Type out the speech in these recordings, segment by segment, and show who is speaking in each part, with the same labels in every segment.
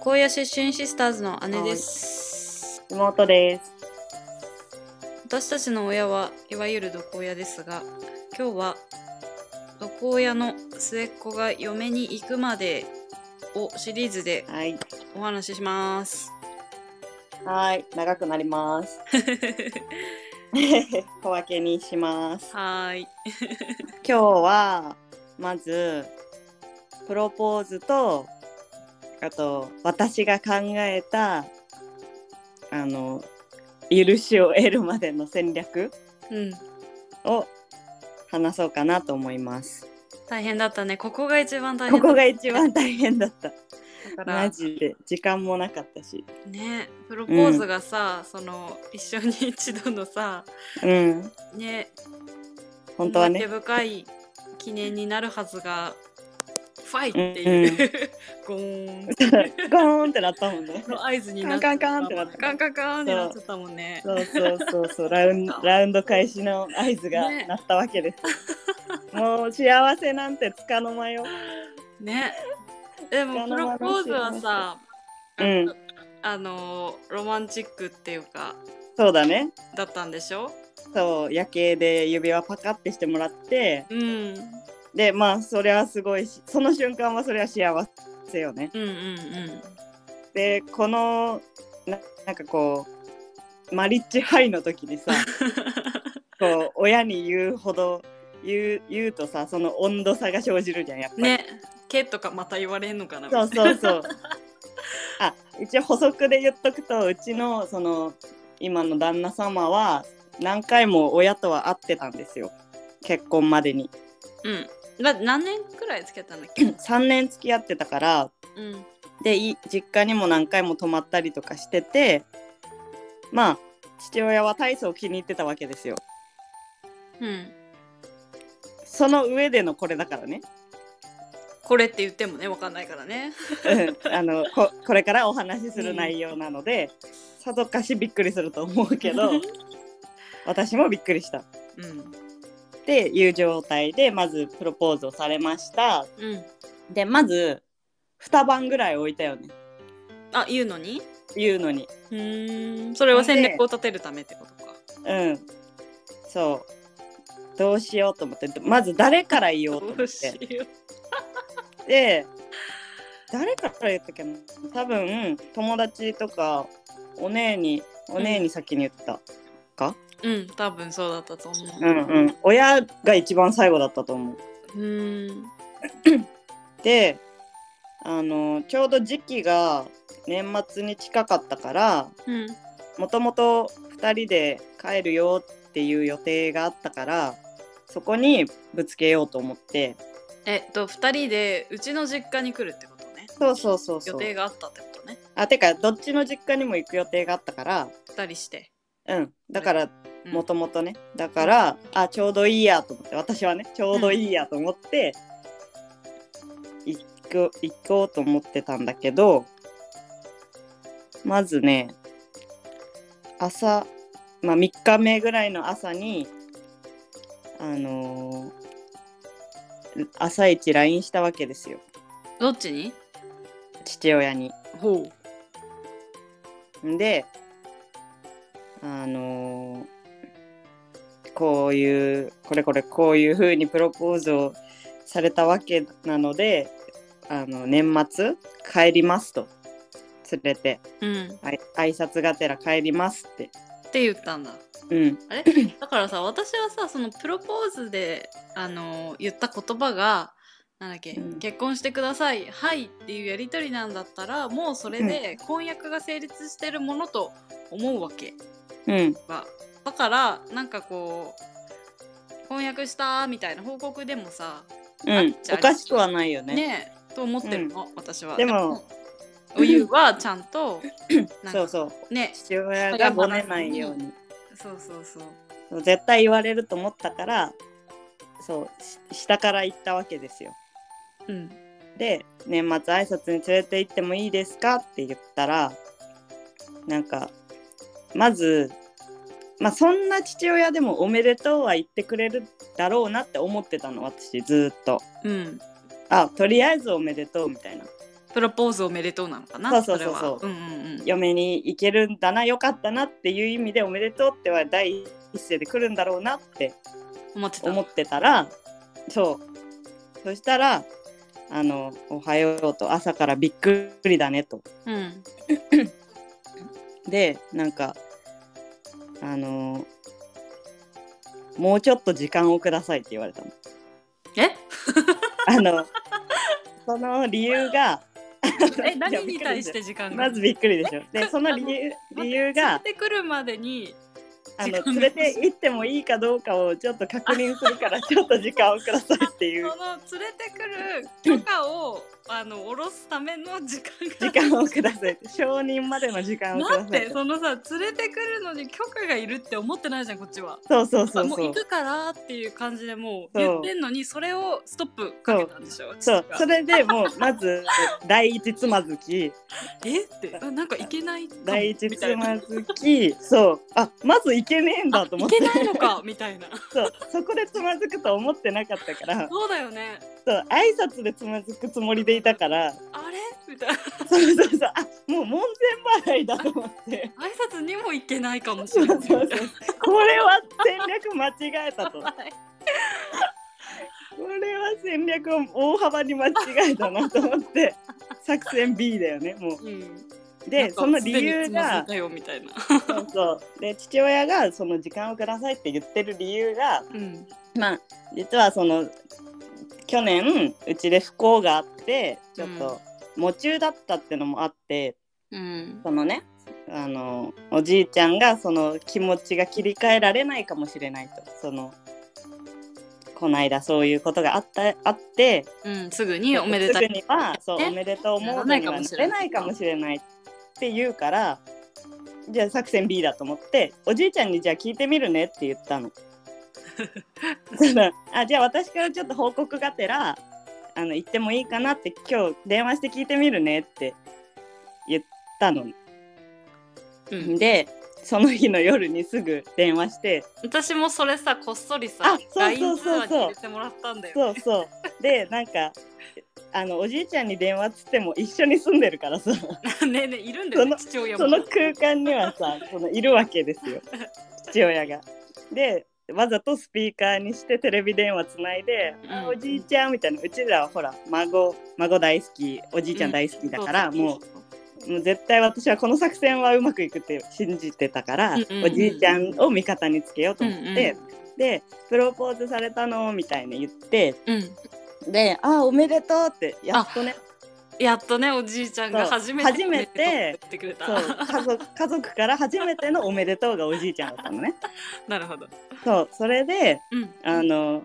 Speaker 1: 谷出身シスターズの姉です。
Speaker 2: 妹です。
Speaker 1: 私たちの親はいわゆる毒親ですが、今日は毒親の末っ子が嫁に行くまでをシリーズで
Speaker 2: はい。
Speaker 1: お話しします。
Speaker 2: はい。長くなり ます。小分けにします。
Speaker 1: はーい。
Speaker 2: 今日は、まず、プロポーズと、あと、私が考えた、あの、許しを得るまでの戦略
Speaker 1: うん。
Speaker 2: を話そうかなと思います。
Speaker 1: 大変だったね。ここが一番大
Speaker 2: こ
Speaker 1: 変だ
Speaker 2: こ
Speaker 1: っ
Speaker 2: が一番大変だった。
Speaker 1: たから。
Speaker 2: マジで。時間もなかったし。
Speaker 1: ねプロポーズがさ、その一緒に一度のさ
Speaker 2: うん。
Speaker 1: ね
Speaker 2: 本当は
Speaker 1: 思
Speaker 2: ね
Speaker 1: い出。深い記念になるはずがファイって
Speaker 2: うん
Speaker 1: いう、 ゴーン
Speaker 2: ガーンってなったもんね。
Speaker 1: の合図になっ
Speaker 2: カンカンカンってなった
Speaker 1: カンカンカンってなってたもんね
Speaker 2: そうそうそうそうラウンラウンド開始の合図が
Speaker 1: ね
Speaker 2: 鳴ったわけです。もう幸せなんてつかの間よ。
Speaker 1: ねでもプロポーズはさ
Speaker 2: うん、
Speaker 1: あのロマンチックっていうか
Speaker 2: そうだね。
Speaker 1: だったんでしょ
Speaker 2: そう夜景で指輪パカってしてもらって
Speaker 1: うんうん
Speaker 2: でまあそれはすごいしその瞬間はそれは幸せよね。
Speaker 1: うん
Speaker 2: でこのななんかこうマリッジハイの時にさこう親に言うほど言う言うとさその温度差が生じるじゃんやっぱ
Speaker 1: うん
Speaker 2: り。
Speaker 1: ねケとかまた言われんのかな
Speaker 2: そうそうそう。あ一応補足で言っとくとうちのその今の旦那様は何回も親とは会ってたんですよ結婚までに
Speaker 1: うんな何年くらい付き合ったんだっけう
Speaker 2: 3年付き合ってたから
Speaker 1: ん
Speaker 2: でい実家にも何回も泊まったりとかしててまあ父親は体操を気に入ってたわけですよ
Speaker 1: うん
Speaker 2: その上でのこれだからね、
Speaker 1: これって言ってもねわかんないからね
Speaker 2: うん、あのここれからお話しする内容なので、さぞかしびっくりすると思うけ ど私もびっくりした
Speaker 1: うん
Speaker 2: っていう状態でまずプロポーズをされました
Speaker 1: うん
Speaker 2: でまず2晩ぐらい置いたよね
Speaker 1: あ言うのに
Speaker 2: 言うのに
Speaker 1: うーんそれは戦略を立てるためってことか
Speaker 2: うんそうどうしようと思ってまず誰から言おうと思
Speaker 1: ど
Speaker 2: っ
Speaker 1: うしてよ
Speaker 2: で誰から言ったっけな多分友達とかお姉にお姉に先に言った、
Speaker 1: ううん多分そうだったと思う
Speaker 2: うん、うん親が一番最後だったと思う
Speaker 1: うーん
Speaker 2: であのちょうど時期が年末に近かったから
Speaker 1: うん
Speaker 2: もともと2人で帰るよっていう予定があったからそこにぶつけようと思って
Speaker 1: えっと2人でうちの実家に来るってことね
Speaker 2: そうそうそうそ
Speaker 1: 予
Speaker 2: う
Speaker 1: 定があったってことね
Speaker 2: あてかどっちの実家にも行く予定があったから
Speaker 1: 2人して
Speaker 2: うんだから
Speaker 1: うん
Speaker 2: もともとねだからあちょうどいいやと思って私はねちょうどいいやと思って行く行こうと思ってたんだけどまずね朝、まあ、3日目ぐらいの朝にあのー朝一 LINE したわけですよ
Speaker 1: どっちに
Speaker 2: 父親に。
Speaker 1: ほ
Speaker 2: であのーこういうこれこれこういう風にプロポーズをされたわけなのであの年末帰りますと連れて
Speaker 1: ううんっ
Speaker 2: あい挨拶がてら帰りますって
Speaker 1: て言ったんだ
Speaker 2: うん
Speaker 1: あれだからさ私はさそのプロポーズであの言った言葉がなんだっけ、
Speaker 2: うん
Speaker 1: 結婚してくださいはいっていうやり取りなんだったらもうそれで婚約が成立してるものと思うわけ
Speaker 2: うん
Speaker 1: がだからなんかこう婚約したみたいな報告でもさ
Speaker 2: うん
Speaker 1: じゃあ
Speaker 2: おかしくはないよね
Speaker 1: ねえと思ってるの、私は
Speaker 2: でも
Speaker 1: おゆうはちゃんとなん
Speaker 2: そう
Speaker 1: か
Speaker 2: そう
Speaker 1: ね
Speaker 2: 父親がボネないように
Speaker 1: そうそうそう
Speaker 2: そう絶対言われると思ったからそうし下から言ったわけですよ
Speaker 1: うん
Speaker 2: で年末挨拶に連れて行ってもいいですかって言ったらなんかまず、まあ、そんな父親でも「おめでとう」は言ってくれるだろうなって思ってたの私ずーっと
Speaker 1: うん
Speaker 2: あとりあえずおめでとうみたいな
Speaker 1: プロポーズおめでとうなのかな
Speaker 2: そうそうそうそう
Speaker 1: それはうんうんうん
Speaker 2: 嫁に行けるんだなよかったなっていう意味でおめでとうっては第一声で来るんだろうなって
Speaker 1: 思ってた
Speaker 2: 思ってたらそうそしたらあの「おはよう」と「朝からびっくりだね」と。
Speaker 1: うん
Speaker 2: でなんかあのもうちょっと時間をください」って言われ たの。
Speaker 1: え
Speaker 2: あのその理由が
Speaker 1: え何に対して時間が
Speaker 2: まずびっくりでしょ。でその 理由理由が
Speaker 1: 連れてくるまでに
Speaker 2: あ
Speaker 1: 時
Speaker 2: の
Speaker 1: 間
Speaker 2: 連
Speaker 1: が
Speaker 2: れて行ってもいいかどうかをちょっと確認す るからちょっと時間をくださいってい
Speaker 1: そうの連れてくる許可をあの下ろすための時間
Speaker 2: 時
Speaker 1: が
Speaker 2: 間をくださいって承認までの時間をくだ
Speaker 1: な
Speaker 2: さい
Speaker 1: んでそのさ連れてくるのに許可がいるって思ってないじゃんこっちは
Speaker 2: そうそうそう
Speaker 1: もう
Speaker 2: そ
Speaker 1: 行
Speaker 2: う
Speaker 1: くからっていう感じでもう
Speaker 2: そう
Speaker 1: 言ってんのにそれをストップかけたんでしょ
Speaker 2: そう
Speaker 1: 父が
Speaker 2: それでもうまず第一つまずき
Speaker 1: えってあなんか行けないかも
Speaker 2: 第一
Speaker 1: みた
Speaker 2: つ
Speaker 1: いな
Speaker 2: まずきそうあまずいけねえんだと思
Speaker 1: 行
Speaker 2: って
Speaker 1: けないのかみ たいな
Speaker 2: そうそこでつまずくと思ってなかったから
Speaker 1: そうだよね
Speaker 2: そう挨拶でつまずくつもりでいたから
Speaker 1: あれみたいな
Speaker 2: そうそうそうあもう門前払いだと思って
Speaker 1: 挨拶にも行けないかもし
Speaker 2: そう
Speaker 1: れ
Speaker 2: そ
Speaker 1: な
Speaker 2: う
Speaker 1: い
Speaker 2: そうこれは戦略間違えたとこれは戦略を大幅に間違えたなと思って作戦 B だよねも
Speaker 1: うん
Speaker 2: う
Speaker 1: なん
Speaker 2: で
Speaker 1: か
Speaker 2: その理由
Speaker 1: すでにつまず
Speaker 2: が
Speaker 1: いたよみたいな
Speaker 2: そうそうで父親がその時間をくださいって言ってる理由が
Speaker 1: うん
Speaker 2: まあ実はその去年うちで不幸があってちょっと喪中だったってのもあって
Speaker 1: うん
Speaker 2: そのねあのおじいちゃんがその気持ちが切り替えられないかもしれないとそのこないだそういうことがあったあって
Speaker 1: うんすぐにおめでた
Speaker 2: す
Speaker 1: い
Speaker 2: ぐにはそう、
Speaker 1: ね
Speaker 2: おめでとうモードにはなれないかもしれないって言うからじゃあ作戦 B だと思っておじいちゃんにじゃあ聞いてみるねって言っ たの。そのあじゃあ私からちょっと報告がてらあの行ってもいいかなって今日電話して聞いてみるねって言ったの。
Speaker 1: うん
Speaker 2: でその日の夜にすぐ電話して
Speaker 1: 私もそれさこっそり
Speaker 2: あ
Speaker 1: さ
Speaker 2: そうそ
Speaker 1: LINE
Speaker 2: う
Speaker 1: 通
Speaker 2: そうそう
Speaker 1: 話に入れてもらったんだよ
Speaker 2: そうそうでなんかあのおじいちゃんに電話つっても一緒に住んでるからさ
Speaker 1: ねえねえいるんだよね父親も
Speaker 2: その空間には さそのいるわけですよ父親が。でわざとスピーカーにしてテレビ電話つないで「あ
Speaker 1: うん
Speaker 2: おじいちゃん」みたいなうちらはほら孫孫大好きおじいちゃん大好きだから、もうもう絶対私はこの作戦はうまくいくって信じてたから、
Speaker 1: うんうんうん
Speaker 2: おじいちゃんを味方につけようと思って、
Speaker 1: うんうん
Speaker 2: でプロポーズされたのみたいに言って
Speaker 1: う、うん、
Speaker 2: で「あおめでとう」ってやっとね
Speaker 1: やっとねおじいちゃんが初めて
Speaker 2: そう初めて
Speaker 1: おめでとうって言ってくれ
Speaker 2: そう
Speaker 1: た
Speaker 2: 家族家族から初めての「おめでとう」がおじいちゃんだったのね。
Speaker 1: なるほど
Speaker 2: そうそれで
Speaker 1: うん
Speaker 2: あの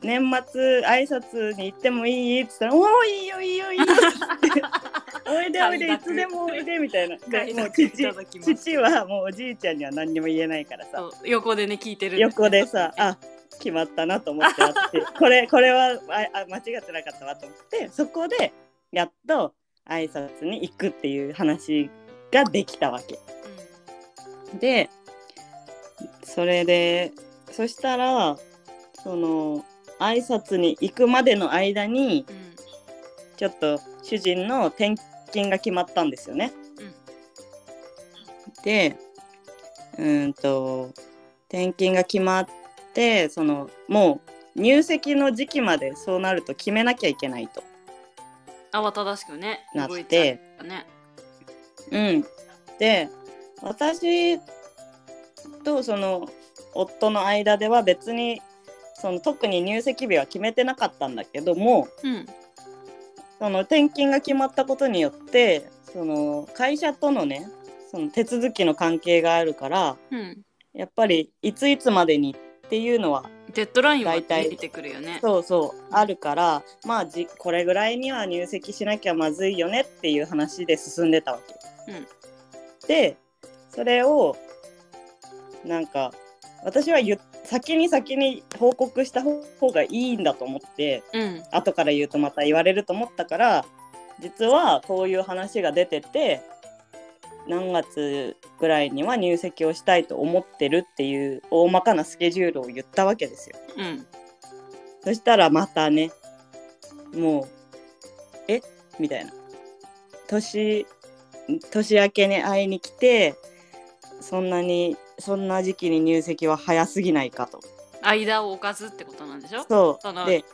Speaker 2: 年末挨拶に行ってもいいっつったら「おおいいよいいよいいよ」 って「おいでおいでいつでもおいで」みたいな
Speaker 1: 快
Speaker 2: もう
Speaker 1: 諾い
Speaker 2: 父
Speaker 1: ただきます
Speaker 2: 父はもうおじいちゃんには何にも言えないからさ
Speaker 1: そう横でね聞いてるんだよね
Speaker 2: 横でさあ決まったなと思ってやって これこれはああ間違ってなかったわと思ってそこでやっと挨拶に行くっていう話ができたわけでそれでそしたらその挨拶に行くまでの間に
Speaker 1: うんうん
Speaker 2: ちょっと主人の転勤が決まったんですよね。
Speaker 1: うん
Speaker 2: でうーんと転勤が決まってそのもう入籍の時期までそうなると決めなきゃいけないと。
Speaker 1: 慌ただしくね
Speaker 2: なって
Speaker 1: 動いちゃったね
Speaker 2: うん、で私とその夫の間では別にその特に入籍日は決めてなかったんだけども
Speaker 1: うん
Speaker 2: その転勤が決まったことによってその会社とのねその手続きの関係があるから
Speaker 1: うん
Speaker 2: やっぱりいついつまでにっていうのは
Speaker 1: デッドラインは
Speaker 2: 大体
Speaker 1: 出てくるよね
Speaker 2: そうそうあるからまあじこれぐらいには入籍しなきゃまずいよねっていう話で進んでたわけ。
Speaker 1: うん
Speaker 2: でそれをなんか私は言っ先に先に報告した方がいいんだと思って
Speaker 1: うん
Speaker 2: 後から言うとまた言われると思ったから実はこういう話が出てて何月ぐらいには入籍をしたいと思ってるっていう大まかなスケジュールを言ったわけですよ。
Speaker 1: うん
Speaker 2: そしたらまたね、もう、えみたいな。年年明けに会いに来てそんなにそんな時期に入籍は早すぎないかと。
Speaker 1: 間を置かずってことなんでしょ
Speaker 2: そ
Speaker 1: その
Speaker 2: うで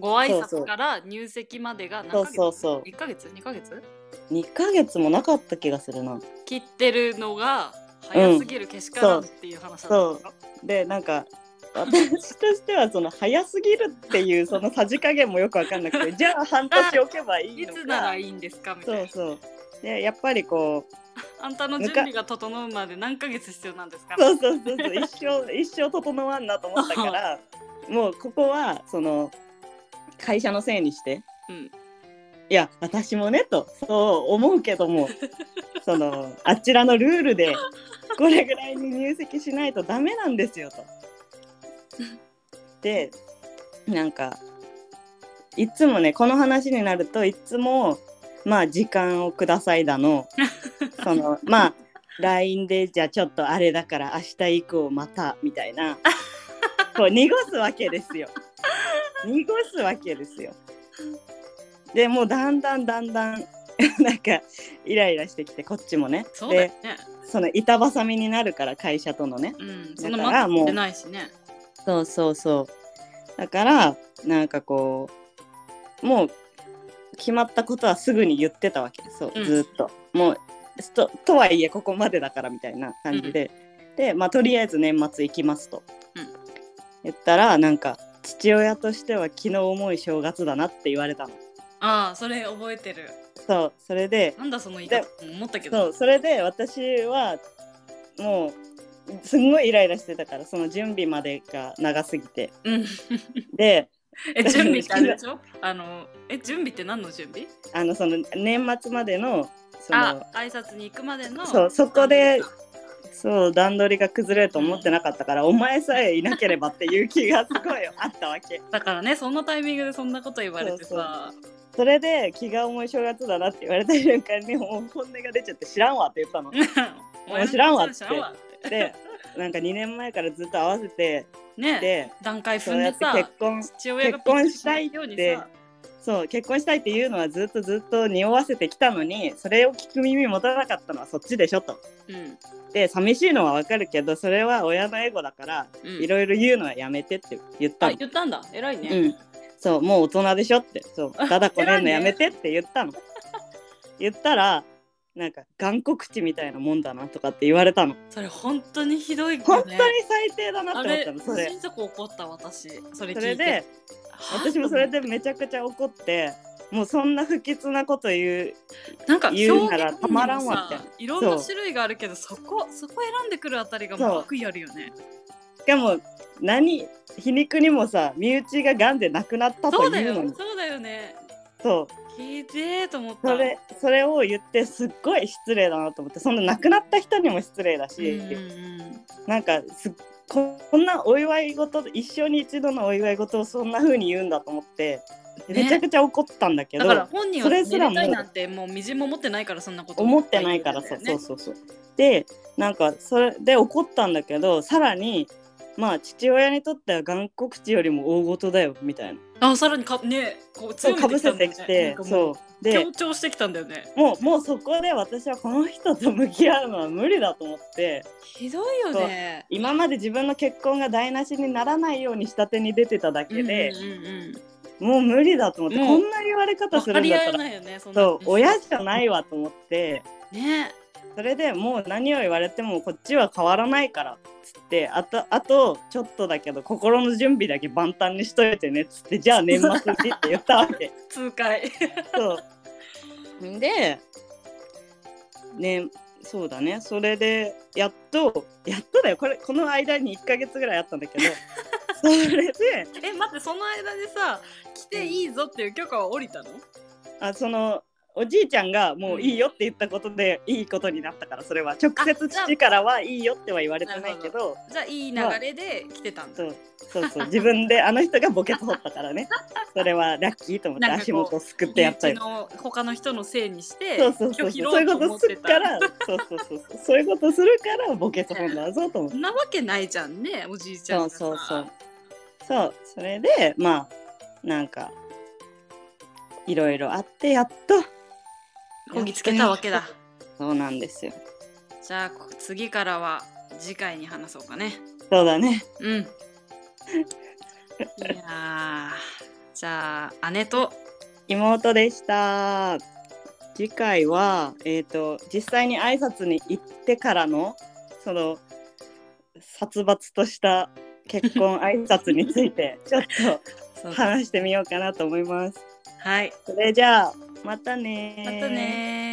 Speaker 1: ご挨
Speaker 2: そうそ
Speaker 1: 拶
Speaker 2: う
Speaker 1: から入籍までが何
Speaker 2: そう
Speaker 1: ヶ月
Speaker 2: そうそう
Speaker 1: 1ヶ月 ?2 ヶ月
Speaker 2: 2ヶ月もなかった気がするな。
Speaker 1: 切ってるのが早すぎるけしからんっていう話なんですか、
Speaker 2: でなんか私としてはその早すぎるっていうそのさじ加減もよくわかんなく てじゃあ半年置けばいい
Speaker 1: い
Speaker 2: の
Speaker 1: つなら
Speaker 2: か
Speaker 1: いいんですかみたい
Speaker 2: そ
Speaker 1: な
Speaker 2: うそうでやっぱりこう
Speaker 1: あんたの準備が整うまで何ヶ月必要なんですか
Speaker 2: そうそうそうそう一生一生整わんなと思った からもうここはその会社のせいにして
Speaker 1: うん
Speaker 2: いや私もねとそう思うけ どもそのあちらのルールでこれぐらいに入籍しないとダメなんですよと。でなんかいつもねこの話になるといつもまあ時間をください だのそのまあ LINE でじゃあちょっとあれだから明日以降またみたいなこう濁すわけですよ濁すわけですよでもうだんだんだんだん なんかイライラしてきてこっちもね
Speaker 1: そうだよ
Speaker 2: で
Speaker 1: ね
Speaker 2: その板挟みになるから会社とのね
Speaker 1: うんそ
Speaker 2: だ
Speaker 1: んな
Speaker 2: か
Speaker 1: 待
Speaker 2: ら
Speaker 1: っ
Speaker 2: も
Speaker 1: て
Speaker 2: う
Speaker 1: ないしね
Speaker 2: そうそうそう。だからなんかこうもう決まったことはすぐに言ってたわけそう、
Speaker 1: うん
Speaker 2: ずーっと。もうととはいえここまでだからみたいな感じで、で、まあ、とりあえず年末行きますと、
Speaker 1: うん
Speaker 2: 言ったらなんか父親としては気の重い正月だなって言われたの。
Speaker 1: ああそれ覚えてる
Speaker 2: そうそれで
Speaker 1: なんだその言い方と思ったけ
Speaker 2: そ
Speaker 1: ど
Speaker 2: うそれで私はもうすんごいイライラしてたからその準備までが長すぎて。
Speaker 1: うん
Speaker 2: で
Speaker 1: え準備ってあれでしょあのえ準備って何の準備
Speaker 2: あのその年末までのそ
Speaker 1: あ
Speaker 2: の
Speaker 1: 挨拶に行くまでの
Speaker 2: そうそこでそう段取りが崩れると思ってなかったから、お前さえいなければっていう気がすごいあったわけ
Speaker 1: だからねそんなタイミングでそんなこと言われてさ
Speaker 2: それで気が重い正月だなって言われた瞬間にもう本音が出ちゃって知らんわって言ったの
Speaker 1: お前の
Speaker 2: 知らんわって
Speaker 1: 知らんわ
Speaker 2: でなんか2年前からずっと合わせて
Speaker 1: ね
Speaker 2: で
Speaker 1: 段階踏
Speaker 2: そうん
Speaker 1: で
Speaker 2: やって
Speaker 1: さ
Speaker 2: 結婚
Speaker 1: 父親が
Speaker 2: 結婚したいって
Speaker 1: ようにさ
Speaker 2: そう結婚したいっていうのはずっとずっと匂わせてきたのにそれを聞く耳持たなかったのはそっちでしょと。
Speaker 1: うん
Speaker 2: で寂しいのはわかるけどそれは親のエゴだから
Speaker 1: うん
Speaker 2: いろいろ言うのはやめてって言った
Speaker 1: あ
Speaker 2: の。
Speaker 1: 言ったんだ偉いうね
Speaker 2: ん、そうもう大人でしょってそうただこねんのやめてって言ったの言ったらなんか頑固口みたいなもんだなとかって言われたの
Speaker 1: それ本当にひどいよね
Speaker 2: 本当に最低だな
Speaker 1: あ
Speaker 2: って思った
Speaker 1: れ
Speaker 2: のそれ
Speaker 1: 心底怒った私それ聞
Speaker 2: それ
Speaker 1: いて
Speaker 2: で私もそれでめちゃくちゃ怒ってもうそんな不吉なこと言う
Speaker 1: なんか
Speaker 2: 言うなら
Speaker 1: 表現
Speaker 2: たまらんわ
Speaker 1: にも
Speaker 2: み
Speaker 1: さ
Speaker 2: た
Speaker 1: いろんな種類があるけどそこそこ選んでくるあたりがもう悪意あるよね
Speaker 2: しかも何皮肉にもさ身内が癌で亡くなった
Speaker 1: そ
Speaker 2: と
Speaker 1: うだ
Speaker 2: いう
Speaker 1: よ
Speaker 2: のに
Speaker 1: そうだよね
Speaker 2: そう
Speaker 1: ひでえと思った
Speaker 2: それそれを言ってすっごい失礼だなと思ってそんな亡くなった人にも失礼だ
Speaker 1: う
Speaker 2: し、
Speaker 1: んうん
Speaker 2: なんかすっここんなお祝い事一生に一度のお祝い事をそんな風に言うんだと思って
Speaker 1: うん
Speaker 2: めちゃくちゃ怒ったんだけ
Speaker 1: だ
Speaker 2: ど、
Speaker 1: から本人は
Speaker 2: そ
Speaker 1: め
Speaker 2: れ
Speaker 1: です
Speaker 2: らも
Speaker 1: たいなんてもうみじんも思ってないからそんなこと
Speaker 2: 思ってないからそうそうそうそうでなんかそれで怒ったんだけどさらにまあ父親にとっては頑固口よりも大事だよみたいな
Speaker 1: あさらにかねこう
Speaker 2: そ
Speaker 1: 強めて
Speaker 2: うかぶ
Speaker 1: きたん
Speaker 2: せ
Speaker 1: だ
Speaker 2: て
Speaker 1: よね
Speaker 2: きて
Speaker 1: なんかも
Speaker 2: そううで
Speaker 1: 強調してきたんだよね
Speaker 2: もうもうそこで私はこの人と向き合うのは無理だと思って。
Speaker 1: ひどいよね
Speaker 2: 今まで自分の結婚が台無しにならないように下手に出てただけで
Speaker 1: う、んうんうん
Speaker 2: もう無理だと思って、
Speaker 1: もう
Speaker 2: こんな言われ方
Speaker 1: 分
Speaker 2: す
Speaker 1: か
Speaker 2: るん
Speaker 1: り
Speaker 2: だっ
Speaker 1: 合
Speaker 2: た
Speaker 1: え
Speaker 2: ら
Speaker 1: ないよねそんな
Speaker 2: そう親じゃ
Speaker 1: い
Speaker 2: ないわと思って
Speaker 1: ね
Speaker 2: それでもう何を言われてもこっちは変わらないからっつってあとあとちょっとだけど心の準備だけ万端にしといてねっつってじゃあ年末にって言ったわけ。
Speaker 1: 痛快
Speaker 2: そうでねそうだねそれでやっとやっとだよこれこの間に1ヶ月ぐらいあったんだ けどそれで
Speaker 1: え待ってその間でさ来ていいぞっていう許可は降りたの
Speaker 2: あそのおじいちゃんがもういいよって言ったことでいいことになったからそれは直接父からはいいよっては言われてないけど
Speaker 1: じゃあいい流れで来てたんだ
Speaker 2: そうそうそう自分であの人がボケと掘ったからねそれはラッキーと思って
Speaker 1: なんかこう
Speaker 2: 足元をすくって
Speaker 1: 身
Speaker 2: やった
Speaker 1: 内
Speaker 2: よ。
Speaker 1: の他の人のせいにして
Speaker 2: そうそうそう
Speaker 1: 拒否
Speaker 2: そ
Speaker 1: ろ
Speaker 2: うそういうう
Speaker 1: と
Speaker 2: こ
Speaker 1: 思
Speaker 2: と
Speaker 1: っ
Speaker 2: す
Speaker 1: て
Speaker 2: る
Speaker 1: た
Speaker 2: からそうそうそうそうそういうことするからボケと本だぞと思って
Speaker 1: そんなわけないじゃんねおじいちゃんがさ
Speaker 2: そうそうそうそうそれでまあなんかいろいろあってやっと
Speaker 1: 講義つけたわけだ。
Speaker 2: そうなんですよ。
Speaker 1: じゃあこ次からは次回に話そうかね。
Speaker 2: そうだね。
Speaker 1: うん。いやーじゃあ姉と
Speaker 2: 妹でした。次回は、えっ、と、実際に挨拶に行ってからの、その、殺伐とした結婚挨拶につい て、ちょっ
Speaker 1: そ
Speaker 2: と
Speaker 1: うだ
Speaker 2: 話してみようかなと思います。
Speaker 1: はい
Speaker 2: それじゃあ、またね
Speaker 1: またねー。